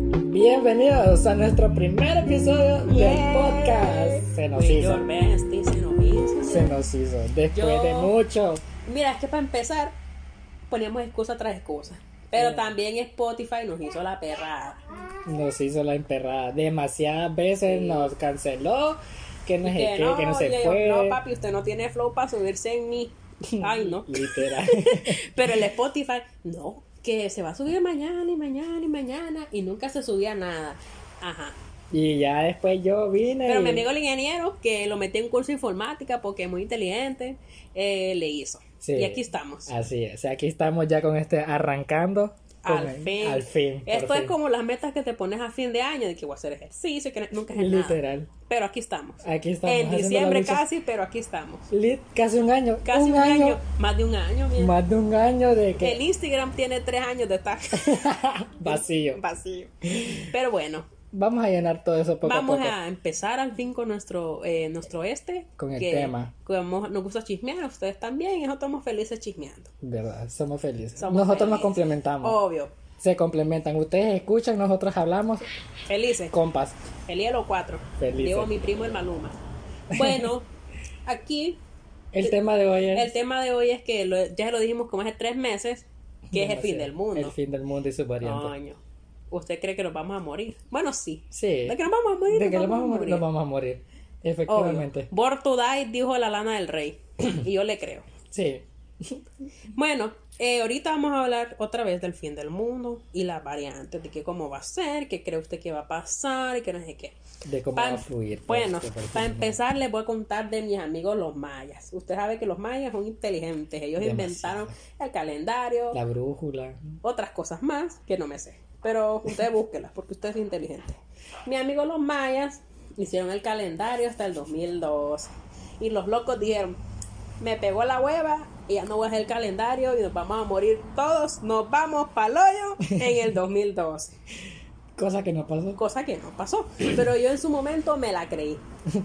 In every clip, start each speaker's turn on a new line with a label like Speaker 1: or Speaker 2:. Speaker 1: Bienvenidos a nuestro primer episodio del
Speaker 2: Yay.
Speaker 1: podcast. Se nos hizo.
Speaker 2: Mayor bestie, se nos hizo.
Speaker 1: Se nos hizo. Después
Speaker 2: Yo-
Speaker 1: de mucho.
Speaker 2: Mira, es que para empezar, poníamos excusa tras excusa. Pero
Speaker 1: Sí.
Speaker 2: también Spotify nos hizo la perrada.
Speaker 1: Nos hizo la emperrada. Demasiadas veces
Speaker 2: Sí.
Speaker 1: nos canceló. Que no sé
Speaker 2: Que
Speaker 1: qué, que no se
Speaker 2: yo digo,
Speaker 1: fue.
Speaker 2: no, papi, usted no tiene flow para subirse en mí. Ay, no.
Speaker 1: Literal.
Speaker 2: Pero el Spotify, no, que se va a subir mañana y mañana y mañana y nunca se subía nada. Ajá.
Speaker 1: y ya después yo vine.
Speaker 2: Pero
Speaker 1: y-
Speaker 2: mi amigo el ingeniero, que lo metí en un curso de informática porque es muy inteligente, eh, le hizo.
Speaker 1: Sí.
Speaker 2: Y aquí estamos.
Speaker 1: Así es. Aquí estamos ya con este arrancando. con
Speaker 2: Al
Speaker 1: el-
Speaker 2: fin.
Speaker 1: Al fin. por
Speaker 2: Esto
Speaker 1: fin.
Speaker 2: es como las metas que te pones a fin de año, de que voy a hacer ejercicio, que nunca es nada.
Speaker 1: Literal.
Speaker 2: Pero aquí estamos.
Speaker 1: Aquí estamos.
Speaker 2: en
Speaker 1: haciendo la
Speaker 2: diciembre
Speaker 1: lucha.
Speaker 2: casi, pero aquí estamos.
Speaker 1: Lit- Casi un año.
Speaker 2: Casi un, año. más de un año. mira.
Speaker 1: Más de un año de que
Speaker 2: El Instagram tiene tres años de estar
Speaker 1: vacío.
Speaker 2: vacío. Pero bueno,
Speaker 1: Vamos a llenar todo eso poco
Speaker 2: vamos
Speaker 1: a poco.
Speaker 2: a empezar al fin con nuestro, eh, nuestro este.
Speaker 1: Con el
Speaker 2: que-
Speaker 1: tema.
Speaker 2: como nos gusta chismear, ustedes también, y nosotros estamos felices chismeando.
Speaker 1: ¿Verdad? Somos felices.
Speaker 2: Somos
Speaker 1: nosotros nos
Speaker 2: felices. Oh.
Speaker 1: complementamos.
Speaker 2: Obvio.
Speaker 1: Se complementan. Ustedes escuchan, nosotros hablamos.
Speaker 2: Felices.
Speaker 1: Compas.
Speaker 2: El hielo 4.
Speaker 1: Felices.
Speaker 2: Llevo a mi primo el Maluma. Bueno, aquí
Speaker 1: El tema de hoy es.
Speaker 2: el tema de hoy es que lo- ya lo dijimos como hace tres meses, que es el fin del
Speaker 1: El
Speaker 2: mundo.
Speaker 1: fin del mundo y sus variantes.
Speaker 2: Coño. ¿Usted cree que nos vamos a morir? Bueno, sí.
Speaker 1: Sí.
Speaker 2: De que nos vamos a morir.
Speaker 1: De
Speaker 2: nos
Speaker 1: que nos
Speaker 2: vamos a
Speaker 1: vamos, a-
Speaker 2: morir.
Speaker 1: nos vamos a morir.
Speaker 2: Obvio.
Speaker 1: Efectivamente.
Speaker 2: Born to die, dijo la lana del rey. y yo le creo.
Speaker 1: Sí.
Speaker 2: Bueno, eh, ahorita vamos a hablar otra vez del fin del mundo y las variantes, de que cómo va a ser, qué cree usted que va a pasar y que no sé qué.
Speaker 1: De cómo
Speaker 2: Pa-
Speaker 1: va a fluir. todo
Speaker 2: Bueno,
Speaker 1: este proceso.
Speaker 2: para empezar les voy a contar de mis amigos los mayas. Usted sabe que los mayas son inteligentes. Ellos
Speaker 1: Demasiado.
Speaker 2: inventaron el calendario,
Speaker 1: La brújula.
Speaker 2: otras cosas más que no me sé. Pero usted búsquelas porque usted es inteligente. Mis amigos los mayas hicieron el calendario hasta el 2012. Y los locos dijeron, me pegó la hueva y ya no voy a hacer el calendario y nos vamos a morir todos. Nos vamos para hoyo en el 2012.
Speaker 1: Cosa que no pasó
Speaker 2: Cosa que no pasó. Pero yo en su momento me la creí.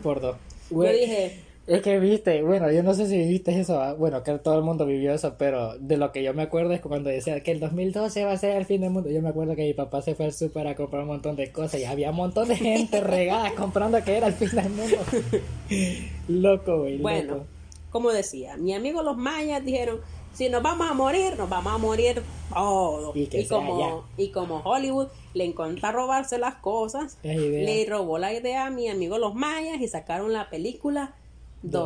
Speaker 1: por dos.
Speaker 2: Yo
Speaker 1: Güey,
Speaker 2: dije,
Speaker 1: Es que viste, bueno, yo no sé si viviste eso, ah, bueno, que todo el mundo vivió eso, pero de lo que yo me acuerdo es cuando decía que el 2012 va a ser el fin del mundo. Yo me acuerdo que mi papá se fue al súper a comprar un montón de cosas y había un montón de gente regada comprando que era el fin del mundo. loco, güey,
Speaker 2: Bueno,
Speaker 1: loco.
Speaker 2: como decía, mi amigo los mayas dijeron, si nos vamos a morir, nos vamos a morir todos.
Speaker 1: Y que sea
Speaker 2: como, y como Hollywood le encanta robarse las cosas,
Speaker 1: Es idea.
Speaker 2: le robó la idea a mi amigo los mayas y sacaron la película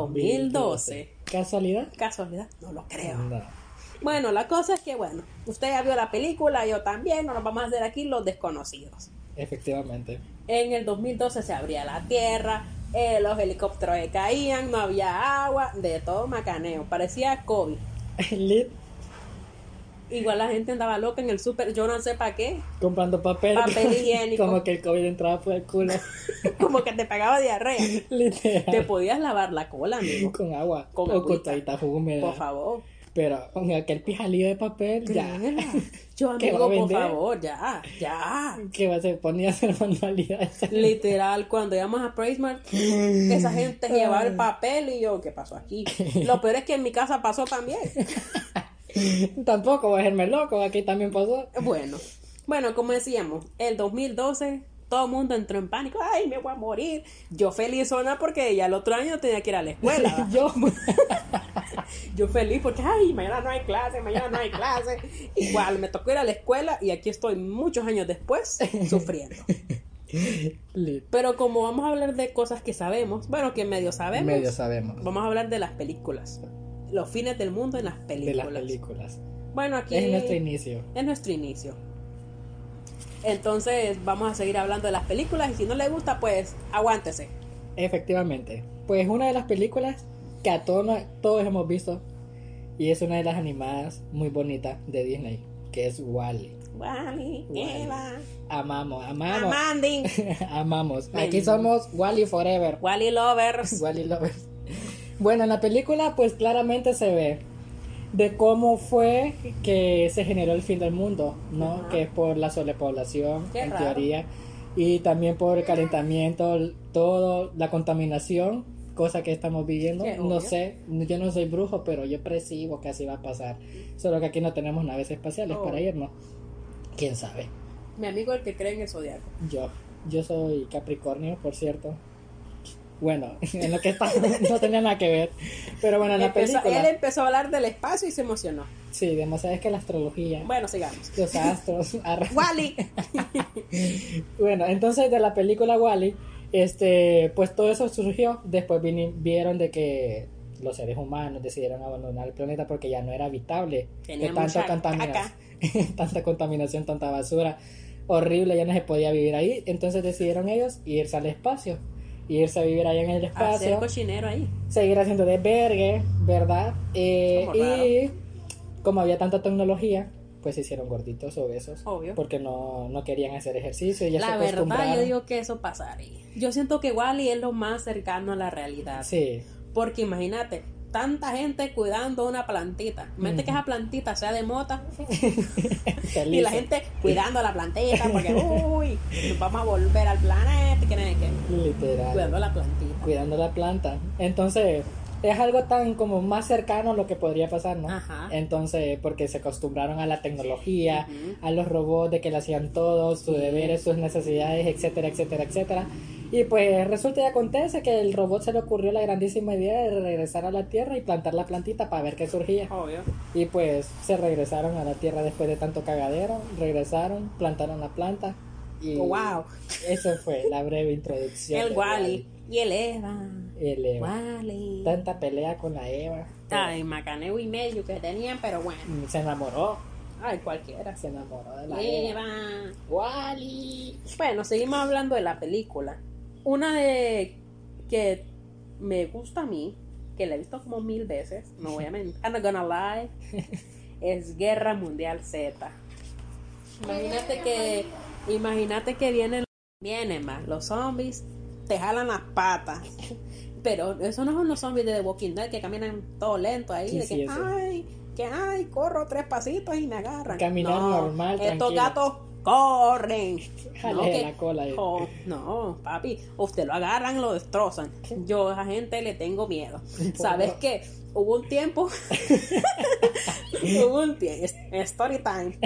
Speaker 2: 2012.
Speaker 1: ¿Casualidad?
Speaker 2: Casualidad, no lo creo.
Speaker 1: No.
Speaker 2: Bueno, la cosa es que, bueno, usted ya vio la película, yo también, no nos vamos a hacer aquí los desconocidos.
Speaker 1: Efectivamente.
Speaker 2: En el 2012 se abría la tierra, eh, los helicópteros se caían, no había agua, de todo macaneo. Parecía COVID.
Speaker 1: Lit
Speaker 2: Igual la gente andaba loca en el súper, yo no sé para qué.
Speaker 1: comprando papel.
Speaker 2: Papel higiénico.
Speaker 1: Como que el COVID entraba por el culo.
Speaker 2: Como que te pagaba diarrea. Te
Speaker 1: Literal.
Speaker 2: podías lavar la cola, amigo.
Speaker 1: Con agua.
Speaker 2: Con
Speaker 1: o con
Speaker 2: agüita.
Speaker 1: toallita húmeda.
Speaker 2: Por favor.
Speaker 1: Pero con aquel pijalío de papel, ya.
Speaker 2: Créela. Yo,
Speaker 1: ¿Qué va a
Speaker 2: amigo, por
Speaker 1: vender?
Speaker 2: favor, ya, ya.
Speaker 1: que va- se ponía a hacer manualidades.
Speaker 2: Literal, cuando íbamos a Pricemark, esa gente llevaba el papel y yo, ¿qué pasó aquí? Lo peor es que en mi casa pasó también.
Speaker 1: Tampoco va a hacerme loco, aquí también pasó.
Speaker 2: Bueno, bueno, como decíamos, el 2012 todo el mundo entró en pánico. Ay, me voy a morir. Yo feliz zona porque ya el otro año tenía que ir a la escuela.
Speaker 1: Yo,
Speaker 2: Yo feliz porque, ay, mañana no hay clase, mañana no hay clase. Igual me tocó ir a la escuela y aquí estoy muchos años después sufriendo.
Speaker 1: Lit.
Speaker 2: Pero como vamos a hablar de cosas que sabemos, bueno, que medio sabemos,
Speaker 1: medio sabemos
Speaker 2: vamos a hablar de las películas. Los fines del mundo en las
Speaker 1: de
Speaker 2: películas.
Speaker 1: las películas.
Speaker 2: Bueno, aquí
Speaker 1: Es nuestro inicio.
Speaker 2: es nuestro inicio. Entonces vamos a seguir hablando de las películas y si no le gusta, pues aguántese.
Speaker 1: Efectivamente. Pues una de las películas que a todos, nos- todos hemos visto y es una de las animadas muy bonitas de Disney, que es Wally.
Speaker 2: Wally,
Speaker 1: Wall-E.
Speaker 2: Eva,
Speaker 1: Amamos, amamos,
Speaker 2: Amandi,
Speaker 1: amamos. Aquí somos Wally Forever.
Speaker 2: Wally Lovers.
Speaker 1: Wall-E Lovers. Bueno, en la película pues claramente se ve de cómo fue que se generó el fin del mundo, ¿no?
Speaker 2: Ajá.
Speaker 1: Que es por la sobrepoblación,
Speaker 2: Qué
Speaker 1: en
Speaker 2: raro.
Speaker 1: teoría, y también por el calentamiento, l- todo, la contaminación, cosa que estamos viviendo.
Speaker 2: Qué
Speaker 1: No
Speaker 2: obvio.
Speaker 1: sé, n- yo no soy brujo, pero yo percibo que así va a pasar. Solo que aquí no tenemos naves espaciales
Speaker 2: Oh.
Speaker 1: para irnos. ¿Quién sabe?
Speaker 2: Mi amigo el que cree en el zodiaco.
Speaker 1: Yo, yo soy Capricornio, por cierto. Bueno, en lo que está no tenía nada que ver. Pero bueno, en la
Speaker 2: Empezó- él
Speaker 1: película.
Speaker 2: empezó a hablar del espacio y se emocionó.
Speaker 1: Sí, demasiado es que la astrología,
Speaker 2: Bueno, sigamos.
Speaker 1: los astros, arre-
Speaker 2: Wally.
Speaker 1: Bueno, entonces de la película Wally, este, pues todo eso surgió. Después vini- vieron de que los seres humanos decidieron abandonar el planeta porque ya no era habitable.
Speaker 2: Tenía
Speaker 1: De
Speaker 2: mucha
Speaker 1: tanta contaminación,
Speaker 2: caca.
Speaker 1: tanta contaminación, tanta basura horrible, ya no se podía vivir ahí. Entonces decidieron ellos irse al espacio, irse a vivir allá en el
Speaker 2: Hacer
Speaker 1: espacio,
Speaker 2: cochinero ahí.
Speaker 1: seguir haciendo desvergue, ¿verdad? Eh,
Speaker 2: Como raro.
Speaker 1: y como había tanta tecnología, pues se hicieron gorditos, obesos.
Speaker 2: Obvio.
Speaker 1: Porque no, no querían hacer ejercicio, ya se
Speaker 2: la verdad,
Speaker 1: acostumbraron.
Speaker 2: yo digo que eso pasaría. Yo siento que Wally es lo más cercano a la realidad.
Speaker 1: Sí,
Speaker 2: Porque imagínate, tanta gente cuidando una plantita. Imagínate que
Speaker 1: Ujú.
Speaker 2: esa plantita sea de mota
Speaker 1: feliz.
Speaker 2: y la gente cuidando la plantita porque, uy, nos vamos a volver al planeta. Que, no sé qué.
Speaker 1: Literal.
Speaker 2: Cuidando la plantita.
Speaker 1: Cuidando la planta. Entonces, es algo tan como más cercano a lo que podría pasar, ¿no?
Speaker 2: Ajá.
Speaker 1: Entonces, porque se acostumbraron a la tecnología,
Speaker 2: Ujú.
Speaker 1: a los robots de que le hacían todo, sus deberes, sus necesidades, etcétera, etcétera, etcétera. Y pues resulta y acontece que el robot se le ocurrió la grandísima idea de regresar a la Tierra y plantar la plantita para ver qué surgía.
Speaker 2: Obvio.
Speaker 1: Y pues se regresaron a la Tierra después de tanto cagadero, regresaron, plantaron la planta. Y
Speaker 2: Oh, Wow.
Speaker 1: Eso fue la breve introducción.
Speaker 2: El
Speaker 1: de
Speaker 2: Wally y el Eva.
Speaker 1: Wall-E. El Eva.
Speaker 2: Wally.
Speaker 1: Tanta pelea con la Eva.
Speaker 2: Ay, macaneo y medio que tenían, pero bueno.
Speaker 1: Mm, Se enamoró.
Speaker 2: Ay, cualquiera.
Speaker 1: Se enamoró de la Eva.
Speaker 2: Eva.
Speaker 1: Wally.
Speaker 2: Bueno, seguimos hablando de la película. Una de que me gusta a mí, que la he visto como mil veces, no voy a mentir, I'm not gonna lie, es Guerra Mundial Z. Imagínate que, imagínate que vienen, vienen más, los zombies te jalan las patas. Pero eso no son los zombies de The Walking Dead que caminan todo lento ahí,
Speaker 1: Sí,
Speaker 2: de
Speaker 1: sí,
Speaker 2: que,
Speaker 1: eso.
Speaker 2: ay, que ay, corro tres pasitos y me agarran.
Speaker 1: Caminar normal,
Speaker 2: Estos
Speaker 1: tranquilo.
Speaker 2: gatos corren.
Speaker 1: Jale
Speaker 2: No, que-
Speaker 1: la cola. eh.
Speaker 2: Oh, no, papi, usted lo agarran, lo destrozan. Yo a esa gente le tengo miedo.
Speaker 1: poco.
Speaker 2: ¿Sabes qué? Hubo un tiempo, hubo un tiempo, story time.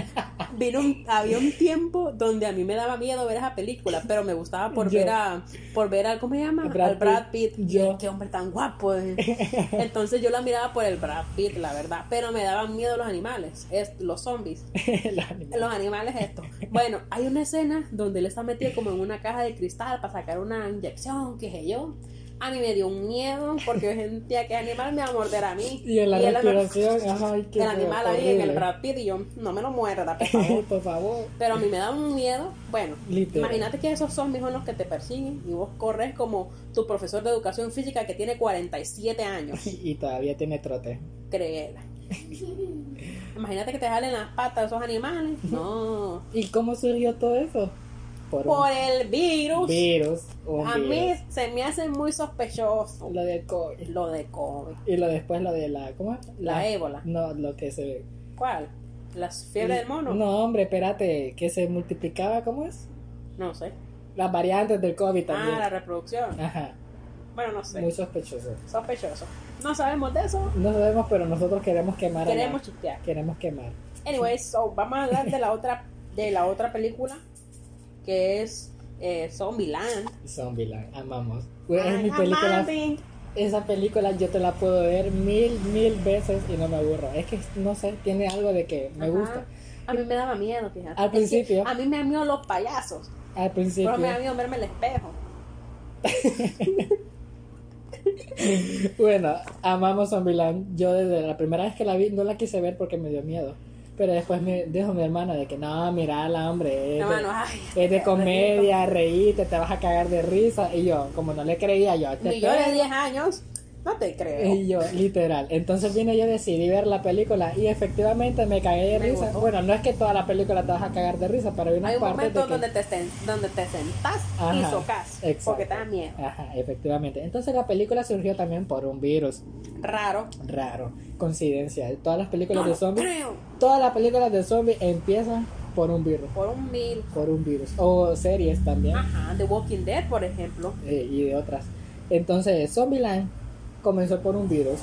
Speaker 2: Vino un- había un tiempo donde a mí me daba miedo ver esa película, pero me gustaba por
Speaker 1: Yo.
Speaker 2: ver a, por ver al, ¿cómo se llama?
Speaker 1: Brad
Speaker 2: al Brad
Speaker 1: Pitt.
Speaker 2: Pitt.
Speaker 1: Yo.
Speaker 2: Qué hombre tan guapo. eh. Entonces yo la miraba por el Brad Pitt, la verdad, pero me daban miedo los animales, es, los zombies.
Speaker 1: Los animales.
Speaker 2: Los animales estos. Bueno, hay una escena donde él está metido como en una caja de cristal para sacar una inyección, qué sé yo. A mí me dio un miedo porque yo sentía que el animal me iba a morder a mí.
Speaker 1: Y en la
Speaker 2: el, animal-
Speaker 1: respiración. Ay, qué
Speaker 2: el animal ahí en el
Speaker 1: horrible.
Speaker 2: Brad Pitt y yo, no me lo muerda, por favor.
Speaker 1: Por favor.
Speaker 2: Pero a mí me da un miedo. Bueno,
Speaker 1: Literal.
Speaker 2: imagínate que esos zombies son los que te persiguen y vos corres como tu profesor de educación física que tiene 47 años.
Speaker 1: Y todavía tiene trote.
Speaker 2: Créela. Imagínate que te jalen las patas esos animales. No.
Speaker 1: ¿Y cómo surgió todo eso? Por, un
Speaker 2: Por el virus.
Speaker 1: virus. un
Speaker 2: A
Speaker 1: virus.
Speaker 2: mí se me hace muy sospechoso
Speaker 1: Lo del COVID.
Speaker 2: lo de COVID.
Speaker 1: Y lo después lo de la. ¿Cómo es?
Speaker 2: La ébola.
Speaker 1: No, lo que se ve.
Speaker 2: ¿Cuál? ¿La fiebre del mono?
Speaker 1: No, hombre, espérate, que se multiplicaba, ¿cómo es?
Speaker 2: No sé.
Speaker 1: Las variantes del COVID
Speaker 2: Ah,
Speaker 1: también.
Speaker 2: la reproducción.
Speaker 1: Ajá,
Speaker 2: Bueno, no sé.
Speaker 1: muy sospechoso.
Speaker 2: Sospechoso. No sabemos de eso.
Speaker 1: No sabemos, pero nosotros queremos quemar. a la-
Speaker 2: Queremos chutear.
Speaker 1: queremos quemar.
Speaker 2: Anyway, so, vamos a hablar de la otra, de la otra película que es eh, Zombieland.
Speaker 1: Zombieland, amamos. Güey, Pues, es
Speaker 2: I'm
Speaker 1: mi película.
Speaker 2: amazing.
Speaker 1: Esa película yo te la puedo ver mil, mil veces y no me aburro. Es que, no sé, tiene algo de que me
Speaker 2: Ajá.
Speaker 1: gusta.
Speaker 2: A mí me daba miedo, fíjate.
Speaker 1: Al
Speaker 2: Es que
Speaker 1: principio.
Speaker 2: A mí me han miedo los payasos.
Speaker 1: Al principio.
Speaker 2: Pero me da miedo verme el espejo.
Speaker 1: Bueno, amamos Zombieland. Yo desde la primera vez que la vi no la quise ver porque me dio miedo. Pero después me dijo mi hermano de que no, mirala, hombre. es de-
Speaker 2: Hermano, ay.
Speaker 1: Es de
Speaker 2: qué
Speaker 1: comedia, reíte, te vas a cagar de risa. Y yo, como no le creía, yo, te
Speaker 2: Ni yo de
Speaker 1: creo.
Speaker 2: 10 años, no te creo.
Speaker 1: Y yo, literal. Entonces vine yo decidí ver la película y efectivamente me cagué de
Speaker 2: Me
Speaker 1: risa.
Speaker 2: gustó.
Speaker 1: Bueno, no es que toda la película te vas a cagar de risa, pero hay unas
Speaker 2: Hay un
Speaker 1: partes de
Speaker 2: momento
Speaker 1: que-
Speaker 2: donde, te sen- donde te sentás y
Speaker 1: Ajá,
Speaker 2: socas
Speaker 1: exacto.
Speaker 2: porque te da miedo.
Speaker 1: Ajá, efectivamente. Entonces la película surgió también por un virus
Speaker 2: Raro.
Speaker 1: raro, coincidencia. Todas las películas
Speaker 2: No
Speaker 1: de
Speaker 2: lo
Speaker 1: zombies,
Speaker 2: creo.
Speaker 1: todas las películas de zombies empiezan por un virus,
Speaker 2: Por un mil.
Speaker 1: por un virus. O series también.
Speaker 2: Ajá, The Walking Dead, por ejemplo.
Speaker 1: eh, y de otras. Entonces, Zombieland comenzó por un virus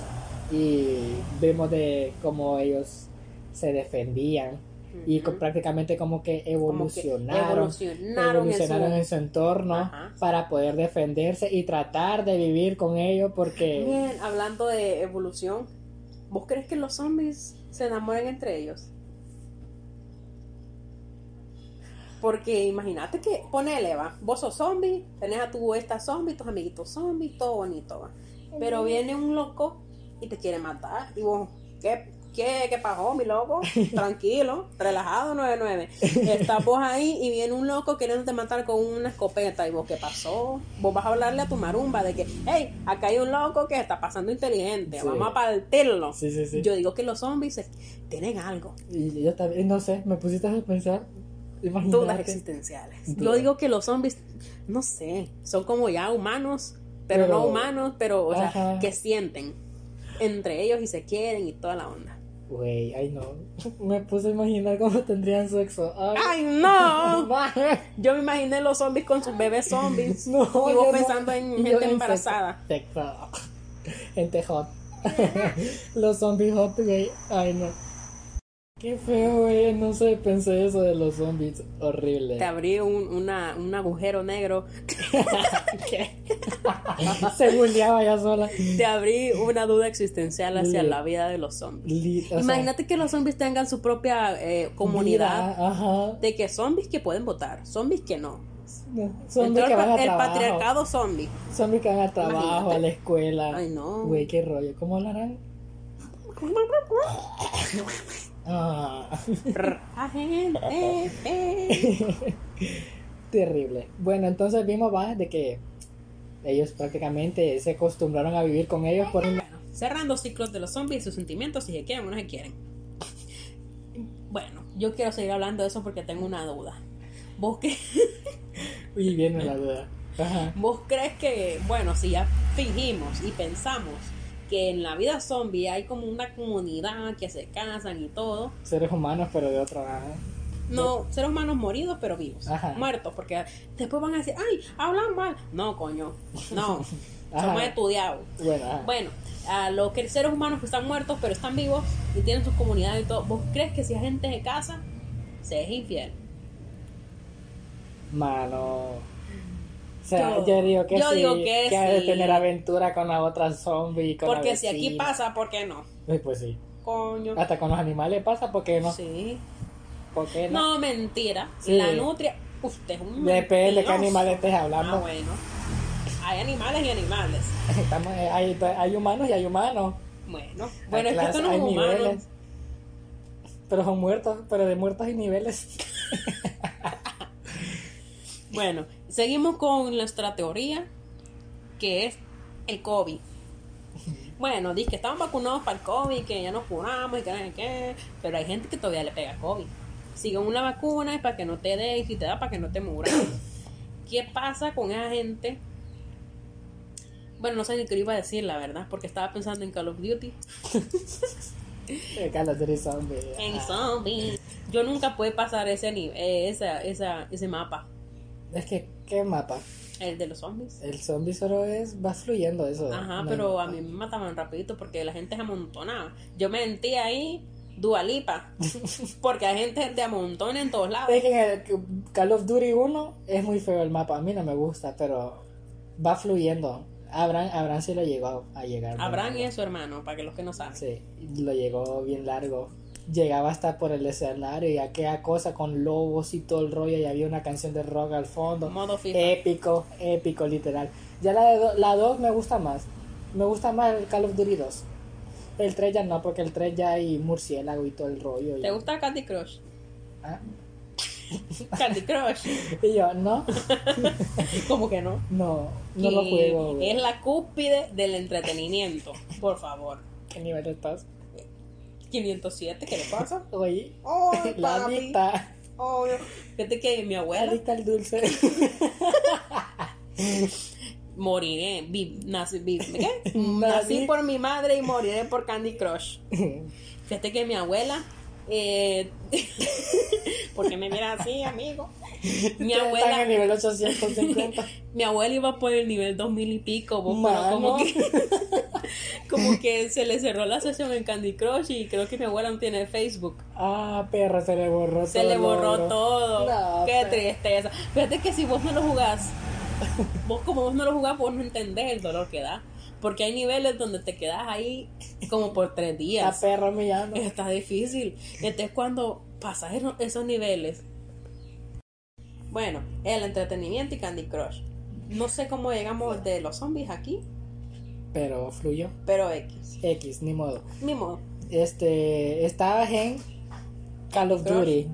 Speaker 1: y vemos de cómo ellos se defendían, y co- prácticamente como que
Speaker 2: Como que
Speaker 1: evolucionaron.
Speaker 2: evolucionaron, en su-
Speaker 1: Evolucionaron en su entorno
Speaker 2: Ajá.
Speaker 1: para poder defenderse y tratar de vivir con ello porque
Speaker 2: Bien, hablando de evolución, ¿vos crees que los zombies se enamoran entre ellos? Porque imagínate que, ponele, va, vos sos zombie, tenés a tu esta zombie, tus amiguitos zombies, todo bonito, va. Pero viene un loco y te quiere matar. Y vos, ¿qué, qué, qué pasó, mi loco? Tranquilo, relajado, 99. Estás vos ahí y viene un loco queriéndote matar con una escopeta. Y vos, ¿qué pasó? Vos vas a hablarle a tu marumba de que, hey, acá hay un loco que está pasando inteligente,
Speaker 1: Sí.
Speaker 2: vamos a partirlo.
Speaker 1: sí, sí, sí.
Speaker 2: Yo digo que los zombies se- tienen algo,
Speaker 1: Y yo también, no sé, me pusiste a pensar,
Speaker 2: dudas
Speaker 1: imagínate.
Speaker 2: existenciales. Yo
Speaker 1: Dudas.
Speaker 2: digo que los zombies, no sé, son como ya humanos, pero,
Speaker 1: Pero-
Speaker 2: no humanos, pero, o sea,
Speaker 1: Ajá.
Speaker 2: que sienten entre ellos y se quieren y toda la onda.
Speaker 1: Güey, ay no, me puse a imaginar cómo tendrían sexo. Ay,
Speaker 2: ¡Ay, no!
Speaker 1: madre.
Speaker 2: Yo me imaginé los zombies con sus bebés zombies.
Speaker 1: No,
Speaker 2: y
Speaker 1: yo
Speaker 2: vos
Speaker 1: no.
Speaker 2: pensando en
Speaker 1: Yo
Speaker 2: gente
Speaker 1: en
Speaker 2: embarazada.
Speaker 1: sexo. Sexo. Gente hot. los zombies hot, güey. Ay, no. Qué feo, güey. No sé, pensé eso de los zombies. Horrible.
Speaker 2: Te abrí un, una- un agujero negro,
Speaker 1: Se bulleaba ya sola.
Speaker 2: te abrí una duda existencial hacia
Speaker 1: Li-
Speaker 2: la vida de los zombies.
Speaker 1: Li- o sea,
Speaker 2: Imagínate que los zombies tengan su propia eh, comunidad
Speaker 1: vida, ajá.
Speaker 2: de que zombies que pueden votar, zombies que no.
Speaker 1: Zombies
Speaker 2: Entró
Speaker 1: que
Speaker 2: el,
Speaker 1: van a
Speaker 2: pa- el
Speaker 1: trabajo.
Speaker 2: patriarcado zombie.
Speaker 1: Zombies que van a trabajo, a la
Speaker 2: Imagínate.
Speaker 1: escuela.
Speaker 2: Ay, no.
Speaker 1: Ah, Güey, qué rollo. ¿Cómo hablarán? Ah.
Speaker 2: Prr, agente, eh.
Speaker 1: Terrible. Bueno, entonces vimos va de que ellos prácticamente se acostumbraron a vivir con ellos por un
Speaker 2: Cerrando ciclos de los zombies y sus sentimientos, si se quieren o no se quieren. Bueno, yo quiero seguir hablando de eso porque tengo una duda. ¿Vos, qué-
Speaker 1: y viene la duda. Ajá.
Speaker 2: ¿Vos crees que, bueno, si ya fingimos y pensamos que en la vida zombie hay como una comunidad que se casan y todo,
Speaker 1: Seres humanos pero de otra ajá.
Speaker 2: No, seres humanos moridos pero vivos.
Speaker 1: Ajá.
Speaker 2: Muertos, porque después van a decir, ay, hablan mal. No, coño. No. Somos
Speaker 1: Ajá.
Speaker 2: estudiados.
Speaker 1: Bueno, ajá.
Speaker 2: Bueno, a los que- seres humanos que están muertos pero están vivos y tienen sus comunidades y todo, ¿vos crees que si la gente se casa, se es infiel?
Speaker 1: mano. O sea,
Speaker 2: Yo-
Speaker 1: yo, digo que
Speaker 2: yo
Speaker 1: sí,
Speaker 2: digo que
Speaker 1: ha de
Speaker 2: sí.
Speaker 1: tener aventura con la otra zombie y con la
Speaker 2: porque si aquí
Speaker 1: vecina.
Speaker 2: pasa, ¿por qué no?
Speaker 1: Ay, pues sí.
Speaker 2: Coño.
Speaker 1: Hasta con los animales pasa porque no.
Speaker 2: Sí.
Speaker 1: ¿Por qué no?
Speaker 2: No, mentira.
Speaker 1: Sí.
Speaker 2: La nutria, usted es un
Speaker 1: Depende de qué
Speaker 2: mentiroso.
Speaker 1: animales estés
Speaker 2: Ah,
Speaker 1: hablando.
Speaker 2: bueno. Hay animales y animales.
Speaker 1: Estamos, eh, hay, pues, hay humanos y hay humanos.
Speaker 2: Bueno,
Speaker 1: Hay
Speaker 2: bueno, es que esto
Speaker 1: clases,
Speaker 2: no es
Speaker 1: hay
Speaker 2: humano.
Speaker 1: niveles. Pero son muertos, pero de muertos hay niveles.
Speaker 2: Bueno, seguimos con nuestra teoría, que es el COVID. Bueno, dice que estamos vacunados para el COVID, que ya nos curamos y que no sé qué, pero hay gente que todavía le pega COVID. Sigue una vacuna es para que no te dé y si te da para que no te muras. ¿Qué pasa con esa gente? Bueno, no sé ni qué iba a decir, la verdad, porque estaba pensando en Call of Duty,
Speaker 1: Eh, Carlos eres zombie.
Speaker 2: en
Speaker 1: Ah.
Speaker 2: zombies. Yo nunca pude pasar ese, ni- eh, esa, esa, ese mapa,
Speaker 1: Es que, ¿qué mapa?
Speaker 2: el de los zombies.
Speaker 1: El zombie solo es, va fluyendo eso.
Speaker 2: Ajá,
Speaker 1: No
Speaker 2: pero a
Speaker 1: importa.
Speaker 2: mí me mataban rapidito porque la gente se amontonaba. Yo me sentía ahí dualipa, porque hay gente de amontón en todos lados.
Speaker 1: Es que en el Call of Duty 1 es muy feo el mapa, a mí no me gusta, pero va fluyendo. Abraham, Abraham sí lo llegó a llegar.
Speaker 2: Abraham
Speaker 1: y
Speaker 2: es su hermano, para que los que no saben.
Speaker 1: Sí, lo llegó bien largo. Llegaba hasta por el escenario y aquella cosa con lobos y todo el rollo y había una canción de rock al fondo.
Speaker 2: Modo FIFA.
Speaker 1: Épico, épico, literal. Ya la de do- la 2 me gusta más. Me gusta más el Call of Duty 2. El 3 ya no, porque el 3 ya hay murciélago y todo el rollo. y-
Speaker 2: ¿Te gusta Candy Crush?
Speaker 1: Ah.
Speaker 2: Candy Crush,
Speaker 1: Y yo, no,
Speaker 2: como que no.
Speaker 1: no, no lo
Speaker 2: Y
Speaker 1: juego. güey.
Speaker 2: Es la cúspide del entretenimiento, por favor.
Speaker 1: ¿Qué nivel estás?
Speaker 2: 507, ¿qué le pasa?
Speaker 1: Oye,
Speaker 2: Ay,
Speaker 1: la
Speaker 2: papi.
Speaker 1: adicta,
Speaker 2: Ay. Fíjate que mi
Speaker 1: la
Speaker 2: abuela
Speaker 1: adicta al dulce.
Speaker 2: moriré, vi- nací, vi- ¿qué? nací
Speaker 1: Nací.
Speaker 2: por mi madre y moriré por Candy Crush. Fíjate que mi abuela, eh, porque me mira así, amigo.
Speaker 1: Están en
Speaker 2: Mi abuela,
Speaker 1: nivel 850.
Speaker 2: mi abuela iba por el nivel 2000 y pico, vos, pero
Speaker 1: Mano.
Speaker 2: como que, como que se le cerró la sesión en Candy Crush y creo que mi abuela no tiene Facebook.
Speaker 1: Ah, perra, se le borró
Speaker 2: Se
Speaker 1: todo.
Speaker 2: le borró
Speaker 1: bro.
Speaker 2: todo.
Speaker 1: No,
Speaker 2: Qué
Speaker 1: pero-
Speaker 2: tristeza. Fíjate que si vos no lo jugás, vos como vos no lo jugás, vos no entendés el dolor que da. Porque hay niveles donde te quedás ahí como por tres
Speaker 1: La
Speaker 2: días.
Speaker 1: perra me llama.
Speaker 2: Está difícil. Entonces cuando pasas eno- esos niveles. Bueno, el entretenimiento y Candy Crush. No sé cómo llegamos de los zombies aquí,
Speaker 1: Pero fluyó.
Speaker 2: pero X.
Speaker 1: X, ni modo.
Speaker 2: Ni modo.
Speaker 1: Este, estabas en Call of
Speaker 2: Crush.
Speaker 1: Duty.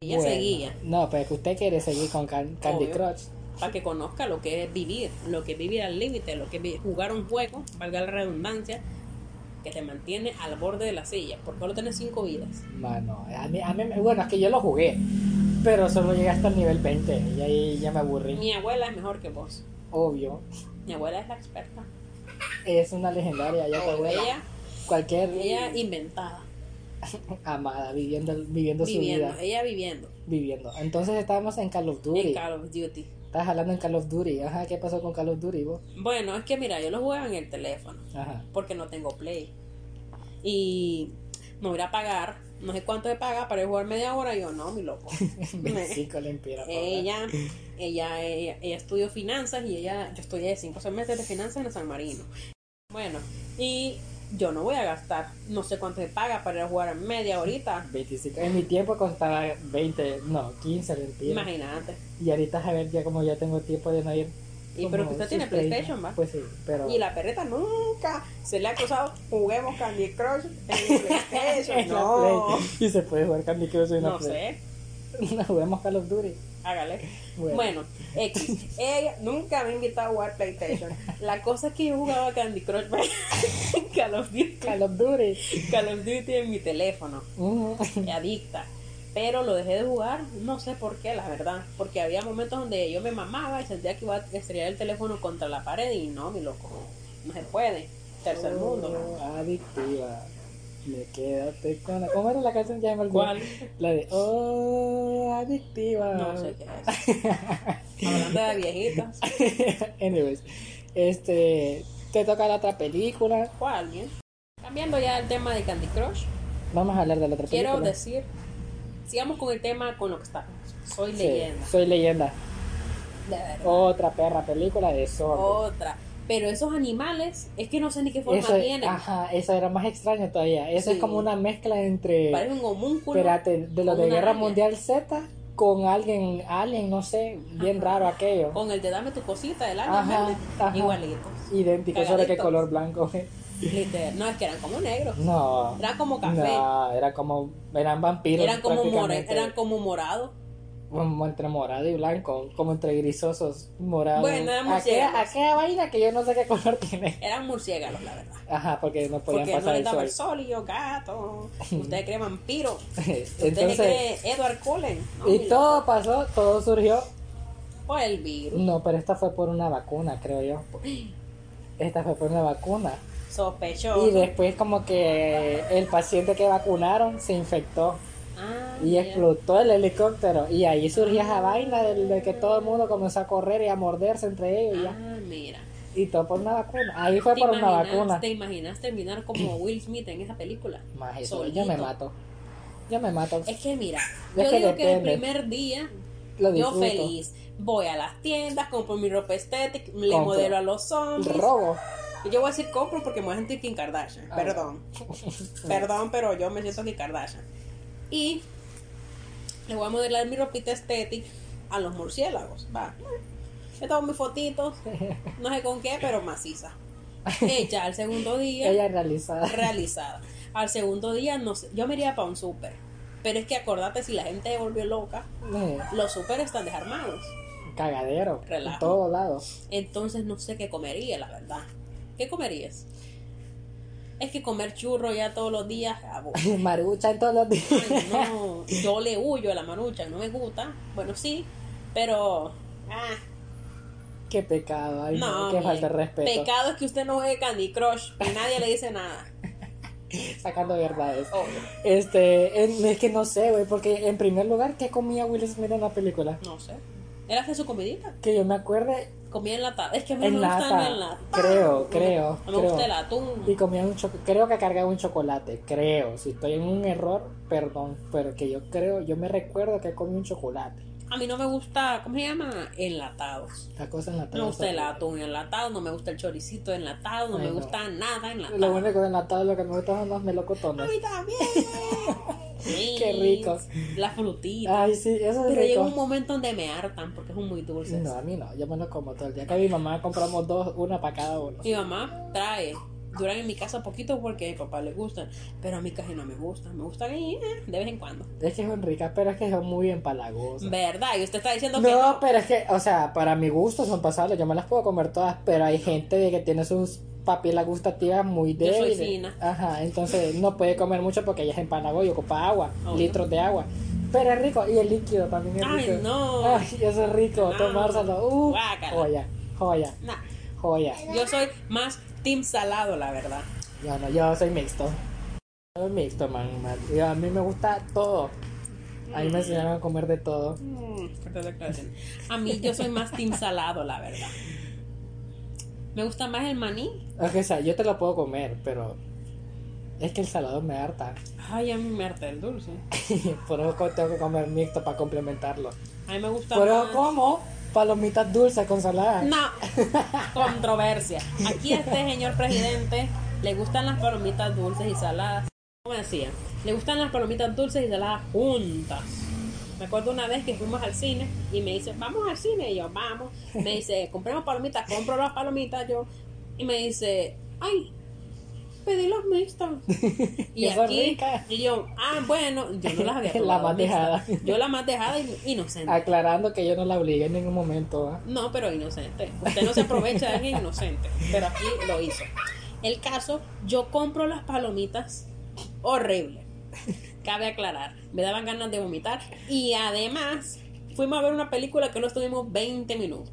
Speaker 2: Ella
Speaker 1: Bueno,
Speaker 2: seguía.
Speaker 1: No, pero que usted quiere seguir con Can- Candy
Speaker 2: Obvio.
Speaker 1: Crush.
Speaker 2: para que conozca lo que es vivir, lo que es vivir al límite, lo que es vi- jugar un juego, valga la redundancia, que te mantiene al borde de la silla, porque solo tenés cinco vidas.
Speaker 1: Mano, a mí, a mí, me- bueno, es que yo lo jugué, pero solo llegué hasta el nivel 20 y ahí ya me aburrí.
Speaker 2: Mi abuela es mejor que vos.
Speaker 1: Obvio,
Speaker 2: Mi abuela es la experta.
Speaker 1: es una legendaria,
Speaker 2: Oh,
Speaker 1: ya tu abuela.
Speaker 2: Ella,
Speaker 1: Cualquier
Speaker 2: ella inventada,
Speaker 1: amada viviendo, viviendo su
Speaker 2: viviendo,
Speaker 1: vida,
Speaker 2: ella viviendo
Speaker 1: viviendo. Entonces estábamos en Call of Duty.
Speaker 2: en Call of Duty.
Speaker 1: Estás hablando en Call of Duty. Ajá, ¿qué pasó con Call of Duty vos?
Speaker 2: Bueno, es que mira, yo lo jugaba en el teléfono,
Speaker 1: Ajá.
Speaker 2: porque no tengo play. Y no voy a pagar, no sé cuánto se paga para jugar media hora, y yo no, mi loco.
Speaker 1: Versículo en piedra, papá.
Speaker 2: ella, ella, ella, ella estudió finanzas y ella, yo estudié cinco semestres de finanzas en San Marino. Bueno, y yo no voy a gastar, no sé cuánto se paga para ir a jugar media horita.
Speaker 1: 25. En mi tiempo costaba 20, no, 15 lempiras.
Speaker 2: Imagínate.
Speaker 1: Y ahorita a ver, ya como ya tengo tiempo de no ir.
Speaker 2: Y pero
Speaker 1: como
Speaker 2: que usted tiene
Speaker 1: sus treinta.
Speaker 2: PlayStation, ¿va?
Speaker 1: Pues sí, pero.
Speaker 2: Y la perreta nunca se le ha acusado, juguemos Candy Crush en el PlayStation.
Speaker 1: en la
Speaker 2: no,
Speaker 1: Play. Y se puede jugar Candy Crush en la
Speaker 2: no
Speaker 1: Play.
Speaker 2: sé,
Speaker 1: No juguemos Call of Duty.
Speaker 2: hágale.
Speaker 1: Bueno.
Speaker 2: Bueno, X. Ella nunca me ha invitado a jugar PlayStation. La cosa es que yo jugaba Candy Crush Call of Duty.
Speaker 1: Call of Duty.
Speaker 2: Call of Duty en mi teléfono,
Speaker 1: Mm.
Speaker 2: adicta. Pero lo dejé de jugar, no sé por qué, la verdad. Porque había momentos donde yo me mamaba y sentía que iba a estrellar el teléfono contra la pared y no, mi loco, no se puede. Tercer mundo.
Speaker 1: Oh, adictiva. Me quédate con la. ¿Cómo era la canción que llama el
Speaker 2: ¿Cuál?
Speaker 1: La de. Oh, adictiva.
Speaker 2: No sé qué es. Hablando de viejitas.
Speaker 1: Anyways. Este. Te toca la otra película.
Speaker 2: ¿Cuál, bien? Cambiando ya el tema de Candy Crush,
Speaker 1: Vamos a hablar de la otra
Speaker 2: quiero
Speaker 1: película.
Speaker 2: decir, sigamos con el tema con lo que estamos. Soy
Speaker 1: Sí,
Speaker 2: leyenda.
Speaker 1: Soy leyenda.
Speaker 2: De verdad.
Speaker 1: Otra perra película de zombies.
Speaker 2: Otra. Pero esos animales, es que no sé ni Oh, qué forma
Speaker 1: Eso es-
Speaker 2: tienen.
Speaker 1: Ajá, eso era más extraño todavía. Eso
Speaker 2: Sí.
Speaker 1: es como una mezcla entre.
Speaker 2: Parece un homúnculo.
Speaker 1: Espérate, de lo
Speaker 2: Con
Speaker 1: de
Speaker 2: una
Speaker 1: Guerra
Speaker 2: araña.
Speaker 1: Mundial Z con alguien, alien, no sé, bien
Speaker 2: Ajá.
Speaker 1: raro aquello.
Speaker 2: con el de dame tu cosita del
Speaker 1: Ajá,
Speaker 2: año
Speaker 1: ajá.
Speaker 2: igualito
Speaker 1: Idéntico, solo que
Speaker 2: Cagaditos.
Speaker 1: color blanco.
Speaker 2: Literal. no es que eran como negros
Speaker 1: No.
Speaker 2: eran como café
Speaker 1: No, era como, eran vampiros.
Speaker 2: eran como more,
Speaker 1: prácticamente.
Speaker 2: eran como morados
Speaker 1: Como entre morado y blanco, como entre grisosos, morado.
Speaker 2: Bueno, eran
Speaker 1: aquella,
Speaker 2: murciélagos.
Speaker 1: aquella vaina que yo no sé qué color tiene.
Speaker 2: eran murciélagos la verdad
Speaker 1: Ajá, porque no podían
Speaker 2: porque no
Speaker 1: pasar
Speaker 2: les
Speaker 1: el
Speaker 2: daba el
Speaker 1: sol.
Speaker 2: sol y yo gato ustedes creen vampiro ustedes
Speaker 1: Entonces,
Speaker 2: creen Edward Cullen No,
Speaker 1: y
Speaker 2: mi
Speaker 1: todo pasó, todo surgió.
Speaker 2: loco. por el virus
Speaker 1: No, pero esta fue por una vacuna, creo yo. Esta fue por una vacuna.
Speaker 2: sospechoso
Speaker 1: Y después como que el paciente que vacunaron se infectó
Speaker 2: Ah,
Speaker 1: y
Speaker 2: ya.
Speaker 1: explotó el helicóptero. Y ahí surgía esa vaina del- de, que todo el mundo comenzó a correr y a morderse entre ellos. y ya.
Speaker 2: ah mira
Speaker 1: Y todo por una vacuna. Ahí fue
Speaker 2: ¿Te
Speaker 1: por una
Speaker 2: imaginas-
Speaker 1: vacuna.
Speaker 2: te imaginas terminar como Will Smith en esa película
Speaker 1: Más eso,
Speaker 2: Solito.
Speaker 1: yo me mato. Yo me mato.
Speaker 2: Es que mira,
Speaker 1: Es
Speaker 2: yo
Speaker 1: que
Speaker 2: digo que el
Speaker 1: depende.
Speaker 2: primer día
Speaker 1: Lo
Speaker 2: yo
Speaker 1: disfruto.
Speaker 2: feliz. Voy a las tiendas, compro mi ropa estética, le
Speaker 1: Compro.
Speaker 2: modelo a los zombies.
Speaker 1: Robo.
Speaker 2: Yo voy a decir compro porque me voy a sentir Kim Kardashian.
Speaker 1: Ah.
Speaker 2: Perdón. Perdón, pero yo me siento Kim Kardashian. Y le voy a modelar mi ropita estética a los murciélagos. Va. Yo tomo mis fotitos, no sé con qué, pero maciza. Hecha al segundo día
Speaker 1: Ella realizada.
Speaker 2: realizada. Al segundo día, no sé, yo me iría para un súper. Pero es que acordate, si la gente se volvió loca,
Speaker 1: Eh,
Speaker 2: los súper están desarmados.
Speaker 1: Cagadero.
Speaker 2: Relajo.
Speaker 1: En todos lados.
Speaker 2: Entonces no sé qué comería, la verdad. ¿Qué comerías? Es que comer churro ya todos los días, abo-
Speaker 1: Marucha en todos los días.
Speaker 2: ay, no, yo le huyo a la marucha, no me gusta. Bueno, sí, pero... ah,
Speaker 1: Qué pecado. Ay,
Speaker 2: no,
Speaker 1: no, qué
Speaker 2: mire,
Speaker 1: falta de respeto.
Speaker 2: Pecado es que usted no juegue Candy Crush y nadie le dice nada. Oh,
Speaker 1: Sacando verdades.
Speaker 2: Obvio.
Speaker 1: Este, en- es que no sé, güey, porque en primer lugar, ¿qué comía Will Smith en la película?
Speaker 2: no sé. Él hace su comidita.
Speaker 1: Que yo me acuerde,
Speaker 2: Comida enlatada. Es que a mí no me gusta
Speaker 1: Enlata.
Speaker 2: el enlatado.
Speaker 1: Creo, creo,
Speaker 2: No me gusta el
Speaker 1: creo. Y
Speaker 2: atún.
Speaker 1: comía un choco- creo que cargaba un chocolate, creo. Si estoy en un error, perdón, pero que yo creo, yo me recuerdo que comí un chocolate.
Speaker 2: A mí no me gusta, ¿cómo se llama? Enlatados.
Speaker 1: La cosa enlatada.
Speaker 2: No me gusta el
Speaker 1: sabe.
Speaker 2: atún enlatado, no me gusta el choricito enlatado, no
Speaker 1: Ay,
Speaker 2: me
Speaker 1: no.
Speaker 2: gusta nada
Speaker 1: Lo
Speaker 2: enlatado.
Speaker 1: único enlatado lo que me gusta son los melocotones.
Speaker 2: también.
Speaker 1: Qué ricos.
Speaker 2: La frutita.
Speaker 1: Ay, sí, eso es
Speaker 2: Pero llega un
Speaker 1: rico.
Speaker 2: momento donde me hartan porque son muy dulces.
Speaker 1: No, a mí no, yo me lo como todo el día. Que mi mamá compramos dos, una para cada uno.
Speaker 2: Mi mamá trae, duran en mi casa poquito porque a mi papá le gustan, pero a mí casi no me gustan, me gustan ahí, eh, de vez en cuando.
Speaker 1: Es que son ricas, pero es que son muy empalagosas.
Speaker 2: ¿Verdad? Y usted está diciendo que
Speaker 1: No, pero es que, o sea, para mi gusto son pasables, yo me las puedo comer todas, pero hay gente de que tiene sus papilas gustativas muy
Speaker 2: Yo soy
Speaker 1: débiles.
Speaker 2: fina.
Speaker 1: Ajá, entonces no puede comer mucho porque ella es empalagó y ocupa agua,
Speaker 2: Obvio.
Speaker 1: litros de agua. Pero es rico, y el líquido también es
Speaker 2: Ay,
Speaker 1: rico.
Speaker 2: no.
Speaker 1: Ay, eso es rico,
Speaker 2: No.
Speaker 1: tomárselo. Uh,
Speaker 2: Guácala.
Speaker 1: joya, joya,
Speaker 2: Nah,
Speaker 1: joya.
Speaker 2: yo soy más team salado, la verdad.
Speaker 1: Yo no, yo soy mixto. Yo soy mixto, man. man. Yo- a mí me gusta todo. A mí me enseñaron a comer de todo.
Speaker 2: Mm, fuertes declaraciones. A mí yo soy más team salado, la verdad. Me gusta más el maní.
Speaker 1: Es que, o sea, yo te lo puedo comer, pero es que el salado me harta.
Speaker 2: Ay, a mí me harta el dulce.
Speaker 1: Por eso co- tengo que comer mixto para complementarlo.
Speaker 2: A mí me gusta
Speaker 1: Por
Speaker 2: más...
Speaker 1: eso como palomitas dulces con salada.
Speaker 2: No, controversia. Aquí a este señor presidente le gustan las palomitas dulces y saladas. ¿Cómo decía? Le gustan las palomitas dulces y saladas juntas. Me acuerdo una vez que fuimos al cine y me dice, vamos al cine. Y yo, vamos. Me dice, compremos palomitas, compro las palomitas yo. Y me dice, ay, pedí las mixtas. Y
Speaker 1: Que son
Speaker 2: aquí,
Speaker 1: ricas.
Speaker 2: y yo, ah, bueno, yo no las había
Speaker 1: La
Speaker 2: probado
Speaker 1: más
Speaker 2: mixtas.
Speaker 1: dejada.
Speaker 2: Yo la más dejada y inocente.
Speaker 1: Aclarando que yo no la obligué en ningún momento. ¿ah?
Speaker 2: No, pero inocente. Usted no se aprovecha de alguien inocente. Pero aquí lo hizo. El caso, yo compro las palomitas horrible. Cabe aclarar. Me daban ganas de vomitar. Y además, fuimos a ver una película que no estuvimos 20 minutos.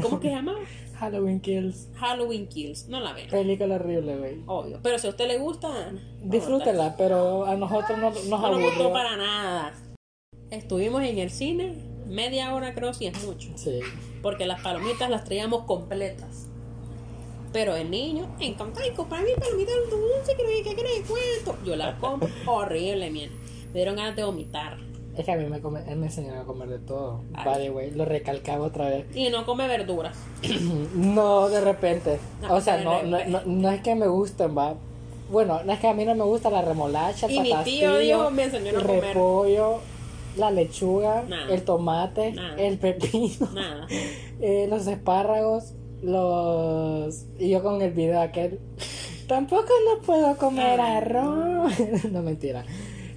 Speaker 2: ¿Cómo que se llamaba?
Speaker 1: Halloween Kills.
Speaker 2: Halloween Kills. No la ven.
Speaker 1: Película horrible, güey.
Speaker 2: Obvio. Pero si a usted le gusta,
Speaker 1: Disfrútela, pero a nosotros no, nos
Speaker 2: No nos gustó
Speaker 1: aburrió.
Speaker 2: para nada. Estuvimos en el cine media hora, creo, si es mucho.
Speaker 1: Sí.
Speaker 2: porque las palomitas las traíamos completas. Pero el niño, encantado, y comprar mi palomita dulce, que no sé qué, que no sé cuánto. Yo la compro, horrible, mierda. Me dieron ganas de vomitar.
Speaker 1: Es que a mí me, come- me enseñaron a comer de todo.
Speaker 2: Ay.
Speaker 1: Vale, güey, lo recalcaba otra vez.
Speaker 2: Y no come verduras.
Speaker 1: No, de repente.
Speaker 2: No,
Speaker 1: o sea,
Speaker 2: de
Speaker 1: no, no, no,
Speaker 2: repente.
Speaker 1: no es que me gusten, va. Bueno, no es que a mí no me gusta la remolacha, el
Speaker 2: Y mi
Speaker 1: patastillo,
Speaker 2: tío dijo, me enseñó a no
Speaker 1: el
Speaker 2: comer.
Speaker 1: repollo, la lechuga,
Speaker 2: Nada.
Speaker 1: el tomate,
Speaker 2: Nada.
Speaker 1: el pepino,
Speaker 2: Nada.
Speaker 1: eh, los espárragos, los... Y yo con el video aquel, tampoco no puedo comer
Speaker 2: Ay,
Speaker 1: arroz. no, mentira.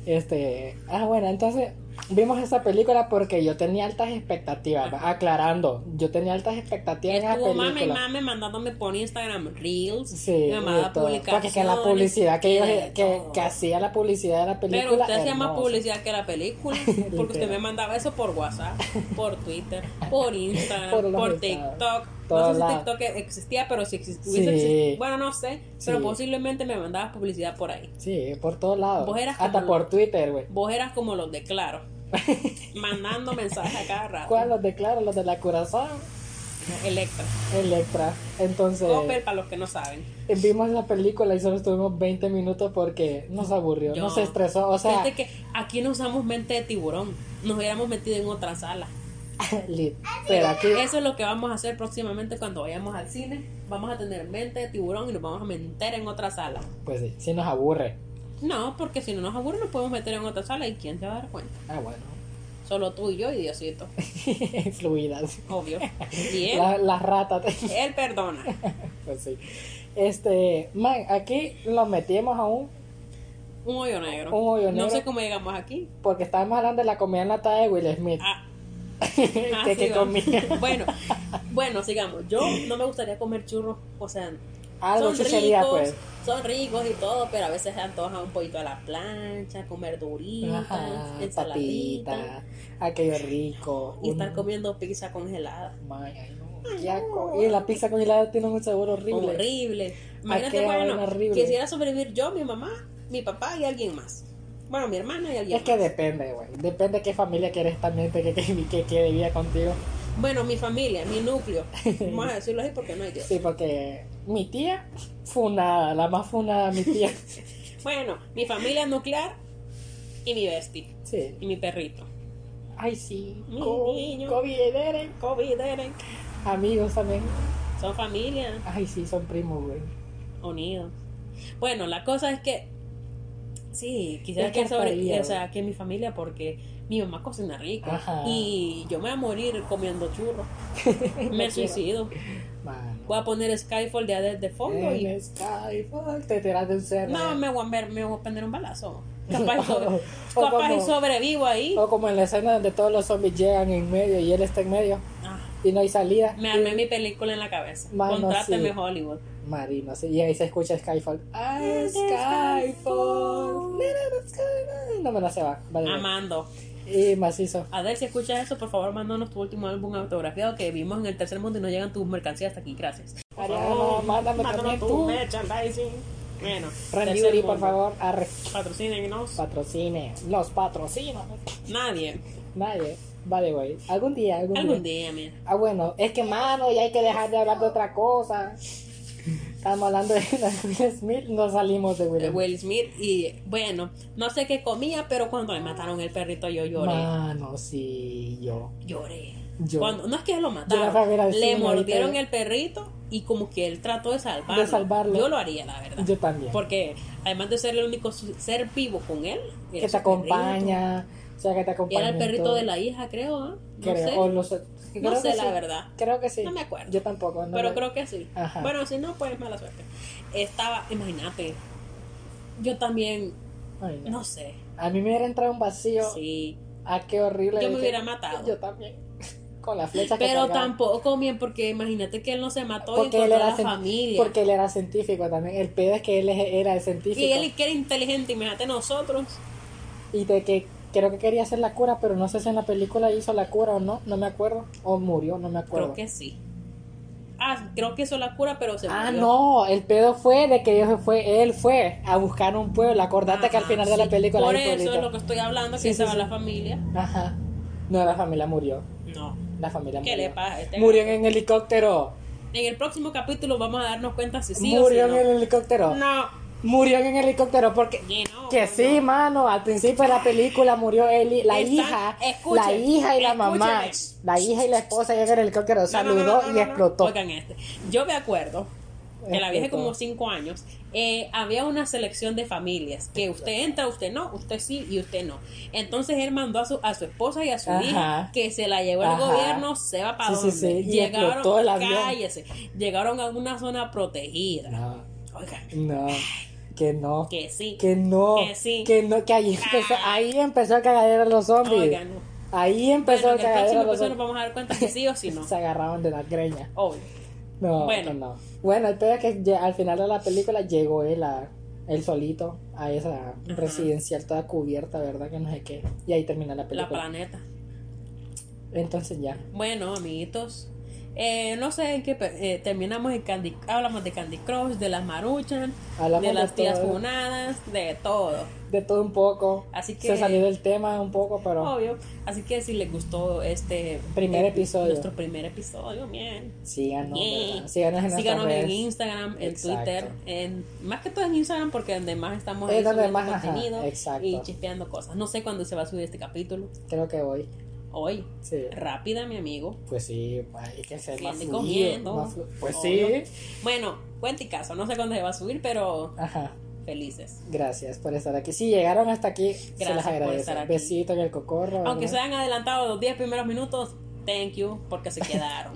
Speaker 1: Este... Ah, bueno, entonces... Vimos esa película porque yo tenía altas expectativas, va, aclarando, yo tenía altas expectativas en esa
Speaker 2: Estuvo
Speaker 1: película.
Speaker 2: Ah. mami, mami mandándome por Instagram reels.
Speaker 1: Sí,
Speaker 2: mi mamá daba
Speaker 1: de todo.
Speaker 2: publicaciones.
Speaker 1: porque que la publicidad que, ellos-
Speaker 2: de
Speaker 1: que,
Speaker 2: todo.
Speaker 1: que hacía la publicidad de la película.
Speaker 2: Pero usted hacía más
Speaker 1: hermosa.
Speaker 2: publicidad que la película. Porque usted
Speaker 1: Literal.
Speaker 2: me mandaba eso por WhatsApp, por Twitter, por Instagram,
Speaker 1: Por
Speaker 2: por,
Speaker 1: los estados.
Speaker 2: TikTok.
Speaker 1: Todos
Speaker 2: no sé si
Speaker 1: lados.
Speaker 2: TikTok existía, pero si exist-
Speaker 1: Sí.
Speaker 2: hubiese existido. Bueno, no sé. Pero
Speaker 1: Sí.
Speaker 2: posiblemente me mandabas publicidad por ahí.
Speaker 1: Sí, por todos lados.
Speaker 2: Vos eras
Speaker 1: Hasta
Speaker 2: como-
Speaker 1: por Twitter, güey.
Speaker 2: Vos eras como los de Claro. mandando mensajes a cada rato.
Speaker 1: ¿Cuál los declaro? Los de la Curazao,
Speaker 2: Electra.
Speaker 1: Electra. Entonces,
Speaker 2: Copper, para los que no saben.
Speaker 1: vimos la película y solo estuvimos 20 minutos porque nos aburrió,
Speaker 2: Yo-
Speaker 1: nos estresó. O sea,
Speaker 2: Fíjate que aquí no usamos mente de tiburón. Nos hubiéramos metido en otra sala.
Speaker 1: lit. pero aquí.
Speaker 2: Eso es lo que vamos a hacer próximamente cuando vayamos al cine. Vamos a tener mente de tiburón y nos vamos a meter en otra sala.
Speaker 1: Pues sí, sí nos aburre.
Speaker 2: No, porque si no nos aburre nos podemos meter en otra sala y quién se va a dar cuenta.
Speaker 1: Ah, bueno.
Speaker 2: Solo tú y yo y Diosito,
Speaker 1: Fluidas.
Speaker 2: obvio. Y él,
Speaker 1: La- las ratas.
Speaker 2: él perdona.
Speaker 1: pues sí. Este, man, aquí los metimos aún
Speaker 2: Un hoyo negro.
Speaker 1: Un hoyo
Speaker 2: No
Speaker 1: negro.
Speaker 2: sé cómo llegamos aquí.
Speaker 1: porque estábamos hablando de la comida enlatada de Will Smith.
Speaker 2: Ah, ah,
Speaker 1: que,
Speaker 2: sí,
Speaker 1: que
Speaker 2: vamos.
Speaker 1: comía.
Speaker 2: Bueno, bueno, sigamos. Yo no me gustaría comer churros, o sea,
Speaker 1: Algo
Speaker 2: son
Speaker 1: chuchería,
Speaker 2: ricos,
Speaker 1: pues.
Speaker 2: son ricos y todo, pero a veces se antoja un poquito a la plancha, comer duritas,
Speaker 1: Ajá,
Speaker 2: ensaladita
Speaker 1: papita, aquello rico.
Speaker 2: y
Speaker 1: un-
Speaker 2: estar comiendo pizza congelada.
Speaker 1: May, ay, no, qué asco. Y la pizza con helado tiene un sabor horrible.
Speaker 2: horrible. Imagínate,
Speaker 1: Aquella
Speaker 2: bueno,
Speaker 1: vaina horrible.
Speaker 2: quisiera sobrevivir yo, mi mamá, mi papá y alguien más. Bueno, mi hermana y alguien
Speaker 1: Es que
Speaker 2: más.
Speaker 1: depende, güey. Depende de qué familia quieres también, de que, que, que, que vivía contigo.
Speaker 2: Bueno, mi familia, mi núcleo. Vamos a decirlo así porque no hay Dios.
Speaker 1: Sí, porque mi tía, funada, la más funada, mi tía.
Speaker 2: Bueno, mi familia nuclear y mi bestie.
Speaker 1: Sí.
Speaker 2: Y mi perrito.
Speaker 1: Ay, sí.
Speaker 2: Mi
Speaker 1: Co-
Speaker 2: niño.
Speaker 1: Kobe y Derek,
Speaker 2: COVID, Eren.
Speaker 1: amigos también.
Speaker 2: Son familia,
Speaker 1: Ay, sí, son primos, güey.
Speaker 2: unidos. Bueno, la cosa es que. Sí,
Speaker 1: Es
Speaker 2: quisiera que, sobre-
Speaker 1: carparía,
Speaker 2: o sea, que mi familia, porque mi mamá cocina rico.
Speaker 1: Ajá.
Speaker 2: Y yo me voy a morir comiendo churros. me
Speaker 1: quiero.
Speaker 2: suicido.
Speaker 1: Mano.
Speaker 2: Voy a poner Skyfall de Ades de fondo y
Speaker 1: En Skyfall, te tiras de un cerro.
Speaker 2: No,
Speaker 1: eh.
Speaker 2: me voy a, ver- me voy a prender un balazo. Capaz, y sobre-
Speaker 1: O
Speaker 2: capaz y
Speaker 1: como-
Speaker 2: sobrevivo ahí.
Speaker 1: O como en la escena donde todos los zombies llegan en medio y él está en medio
Speaker 2: Ah,
Speaker 1: y no hay salida.
Speaker 2: me armé mi película en la cabeza.
Speaker 1: Mano,
Speaker 2: Contráteme
Speaker 1: sí.
Speaker 2: Hollywood.
Speaker 1: Marino, sí, y ahí se escucha Skyfall. ¡Ah, ¡Ay, Skyfall! Na, na, na, sky- No me la se va. Vale,
Speaker 2: Amando.
Speaker 1: Y macizo.
Speaker 2: Adel, si escuchas eso, por favor, mándanos tu último álbum autografiado que vimos en el tercer mundo y no llegan tus mercancías hasta aquí. Gracias. Por
Speaker 1: Ariana,
Speaker 2: favor,
Speaker 1: mándame también
Speaker 2: tu
Speaker 1: tú.
Speaker 2: merchandising. Bueno,
Speaker 1: Randy
Speaker 2: tercer
Speaker 1: Uri, por
Speaker 2: mundo.
Speaker 1: favor, arre.
Speaker 2: Patrocínenos.
Speaker 1: Patrocine. Los patrocina.
Speaker 2: Nadie.
Speaker 1: Nadie. Vale, güey. Algún día, algún,
Speaker 2: Algún
Speaker 1: día.
Speaker 2: día, mira.
Speaker 1: Ah, bueno, es que, mano, ya hay que dejar de hablar de otra cosa. Estamos hablando de Will Smith, no salimos de Will
Speaker 2: Eh,
Speaker 1: Smith.
Speaker 2: Will Smith y bueno, no sé qué comía, pero cuando me mataron el perrito yo lloré.
Speaker 1: Mano, sí, yo.
Speaker 2: Lloré.
Speaker 1: Yo.
Speaker 2: Cuando, no es que lo
Speaker 1: Yo la fui a ver al
Speaker 2: mataron,
Speaker 1: cine
Speaker 2: le
Speaker 1: ahorita.
Speaker 2: mordieron el perrito y como que él trató de salvarlo.
Speaker 1: De salvarlo.
Speaker 2: Yo lo haría, la verdad.
Speaker 1: Yo también.
Speaker 2: Porque además de ser el único su- ser vivo con él,
Speaker 1: que
Speaker 2: era
Speaker 1: te
Speaker 2: su perrito.
Speaker 1: acompaña. O sea, que te acompaña.
Speaker 2: Era el
Speaker 1: en
Speaker 2: perrito
Speaker 1: todo.
Speaker 2: de la hija, creo. ¿ah? No
Speaker 1: Creo,
Speaker 2: sé,
Speaker 1: o los- creo
Speaker 2: sé,
Speaker 1: que
Speaker 2: la
Speaker 1: sí.
Speaker 2: verdad.
Speaker 1: Creo que sí.
Speaker 2: No me acuerdo.
Speaker 1: Yo tampoco. no
Speaker 2: pero
Speaker 1: me-
Speaker 2: creo que sí.
Speaker 1: Ajá.
Speaker 2: Bueno, si no, pues mala suerte. Estaba, imagínate, yo también,
Speaker 1: Ay, no.
Speaker 2: no sé,
Speaker 1: A mí me hubiera entrado un vacío.
Speaker 2: sí,
Speaker 1: Ah, qué horrible.
Speaker 2: yo me
Speaker 1: Dije,
Speaker 2: hubiera matado.
Speaker 1: Yo también. Con la flecha que
Speaker 2: pero
Speaker 1: cargaba.
Speaker 2: tampoco bien, porque imagínate que él no se mató y
Speaker 1: Porque él,
Speaker 2: encontró a
Speaker 1: era
Speaker 2: la
Speaker 1: cien-
Speaker 2: familia.
Speaker 1: porque él era científico también. El pedo es que él es- era el científico.
Speaker 2: Y él que era inteligente, imagínate nosotros.
Speaker 1: Y de que creo que quería hacer la cura, pero no sé si en la película hizo la cura o no. No me acuerdo. O murió, no me acuerdo.
Speaker 2: Creo que sí. Ah, creo que hizo la cura, pero se
Speaker 1: Ah,
Speaker 2: murió.
Speaker 1: no, el pedo fue de que ellos fue, él fue a buscar un pueblo. Acordate que al
Speaker 2: Ajá,
Speaker 1: final de la
Speaker 2: sí.
Speaker 1: película
Speaker 2: Por
Speaker 1: hay un
Speaker 2: eso es lo
Speaker 1: pueblito.
Speaker 2: que estoy hablando, que
Speaker 1: Sí, sí,
Speaker 2: estaba
Speaker 1: sí.
Speaker 2: la familia.
Speaker 1: Ajá. No, la familia murió.
Speaker 2: No.
Speaker 1: La familia
Speaker 2: ¿Qué
Speaker 1: murió.
Speaker 2: le pasa a este
Speaker 1: murió
Speaker 2: gato?
Speaker 1: en helicóptero.
Speaker 2: En el próximo capítulo vamos a darnos cuenta si sí
Speaker 1: murió
Speaker 2: o si
Speaker 1: en
Speaker 2: no.
Speaker 1: el helicóptero.
Speaker 2: No.
Speaker 1: Murió en el helicóptero porque
Speaker 2: Que no,
Speaker 1: que
Speaker 2: no.
Speaker 1: sí, mano, al principio de la película murió él y- la
Speaker 2: Está-
Speaker 1: hija,
Speaker 2: escuchen,
Speaker 1: la hija y la mamá,
Speaker 2: escúchenme.
Speaker 1: la hija y la esposa llegan en el helicóptero,
Speaker 2: No, no,
Speaker 1: saludó
Speaker 2: no, no, no,
Speaker 1: y
Speaker 2: no.
Speaker 1: explotó.
Speaker 2: Oigan este. Yo me acuerdo que la vieja
Speaker 1: Explotó.
Speaker 2: como cinco años, eh, había una selección de familias que usted entra, usted no, usted sí y usted no. Entonces él mandó a su, a su esposa y a su
Speaker 1: Ajá.
Speaker 2: hija que se la llevó el
Speaker 1: Ajá.
Speaker 2: gobierno, se va para
Speaker 1: Sí, sí,
Speaker 2: donde.
Speaker 1: sí, y
Speaker 2: Llegaron,
Speaker 1: explotó el avión.
Speaker 2: cállese, llegaron a una zona protegida.
Speaker 1: No,
Speaker 2: Oigan,
Speaker 1: no, que no, que,
Speaker 2: que sí.
Speaker 1: no,
Speaker 2: Que Eh, sí.
Speaker 1: que no, que ahí empezó,
Speaker 2: Ah.
Speaker 1: ahí empezó el cagadero de los zombies,
Speaker 2: Oigan, no.
Speaker 1: ahí empezó
Speaker 2: Bueno,
Speaker 1: el
Speaker 2: en el
Speaker 1: cagadero
Speaker 2: próximo
Speaker 1: de los
Speaker 2: episodio nos
Speaker 1: zombies,
Speaker 2: vamos a dar cuenta si sí o si no.
Speaker 1: se agarraban de las greñas.
Speaker 2: Obvio.
Speaker 1: No,
Speaker 2: Bueno.
Speaker 1: bueno. no. Bueno, el peor es que ya al final de la película llegó él, a- él solito a esa residencial toda cubierta, ¿verdad? Que no sé qué. Y ahí termina la
Speaker 2: La
Speaker 1: película.
Speaker 2: planeta.
Speaker 1: Entonces ya.
Speaker 2: Bueno, amiguitos. eh, no sé en qué pe- eh, terminamos en Candy, hablamos de Candy Crush, de las maruchan,
Speaker 1: Hablamos
Speaker 2: de
Speaker 1: de
Speaker 2: las tías
Speaker 1: todo.
Speaker 2: funadas, de todo.
Speaker 1: De todo un poco.
Speaker 2: Así que- Oh,
Speaker 1: Se salió del tema un poco, pero
Speaker 2: Obvio. Así que si les gustó este
Speaker 1: Primer
Speaker 2: eh,
Speaker 1: episodio.
Speaker 2: nuestro primer episodio, bien.
Speaker 1: síganos,
Speaker 2: Bien.
Speaker 1: ¿verdad? Síganos en
Speaker 2: Síganos
Speaker 1: nuestras
Speaker 2: en
Speaker 1: redes.
Speaker 2: Instagram, en
Speaker 1: Exacto.
Speaker 2: Twitter, en más que todo en Instagram porque donde más estamos
Speaker 1: Es
Speaker 2: ahí
Speaker 1: donde
Speaker 2: subiendo
Speaker 1: más, ajá,
Speaker 2: contenido
Speaker 1: exacto.
Speaker 2: y chispeando cosas. No sé cuándo se va a subir este capítulo.
Speaker 1: Creo que hoy.
Speaker 2: Hoy,
Speaker 1: Sí.
Speaker 2: rápida mi amigo.
Speaker 1: Pues sí, hay que ser más
Speaker 2: Gente
Speaker 1: fluido,
Speaker 2: comiendo.
Speaker 1: más flu- Pues
Speaker 2: Obvio.
Speaker 1: sí.
Speaker 2: Bueno, cuenta y caso, no sé cuándo se va a subir, pero
Speaker 1: Ajá.
Speaker 2: felices.
Speaker 1: Gracias por estar aquí. Si llegaron hasta aquí, se
Speaker 2: Gracias
Speaker 1: les
Speaker 2: por
Speaker 1: agradece.
Speaker 2: estar aquí.
Speaker 1: Besito en el cocorro.
Speaker 2: Aunque
Speaker 1: ¿verdad?
Speaker 2: se hayan adelantado los 10 primeros minutos, thank you porque se quedaron.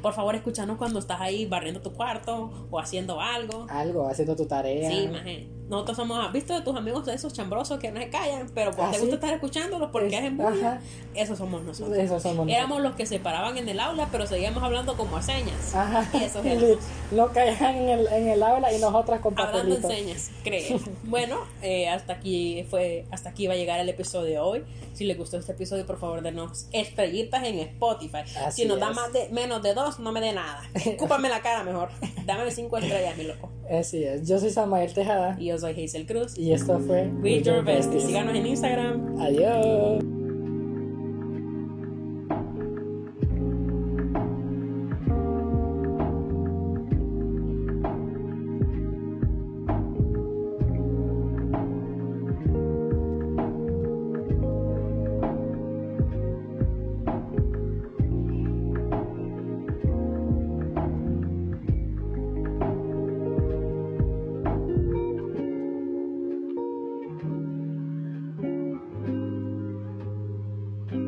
Speaker 2: Por favor, escúchanos cuando estás ahí barriendo tu cuarto o haciendo algo.
Speaker 1: Algo, haciendo tu tarea.
Speaker 2: Sí, maje. Nosotros somos, ¿has visto de tus amigos esos chambrosos que no se callan, pero pues,
Speaker 1: Ah,
Speaker 2: te
Speaker 1: sí.
Speaker 2: gusta estar escuchándolos porque
Speaker 1: Es-
Speaker 2: hacen bulla?
Speaker 1: ajá.
Speaker 2: Esos somos nosotros.
Speaker 1: Esos somos
Speaker 2: Éramos los que se paraban en el aula, pero seguíamos hablando como a señas.
Speaker 1: Ajá.
Speaker 2: Y esos éramos.
Speaker 1: Lo caían en el, en el aula y nosotras con
Speaker 2: Hablando en
Speaker 1: papelitos.
Speaker 2: señas, creo. Bueno, eh, hasta aquí fue, hasta aquí va a llegar el episodio de hoy. Si les gustó este episodio, por favor denos estrellitas en Spotify.
Speaker 1: Así
Speaker 2: si nos da
Speaker 1: es.
Speaker 2: más de, menos de dos, no me dé nada. Escúpame la cara mejor. Dame cinco estrellas, mi loco.
Speaker 1: Así es. Yo soy Samael Tejada
Speaker 2: Y yo soy Hazel Cruz.
Speaker 1: y esto fue
Speaker 2: With Your Best. Síganos en Instagram.
Speaker 1: Adiós.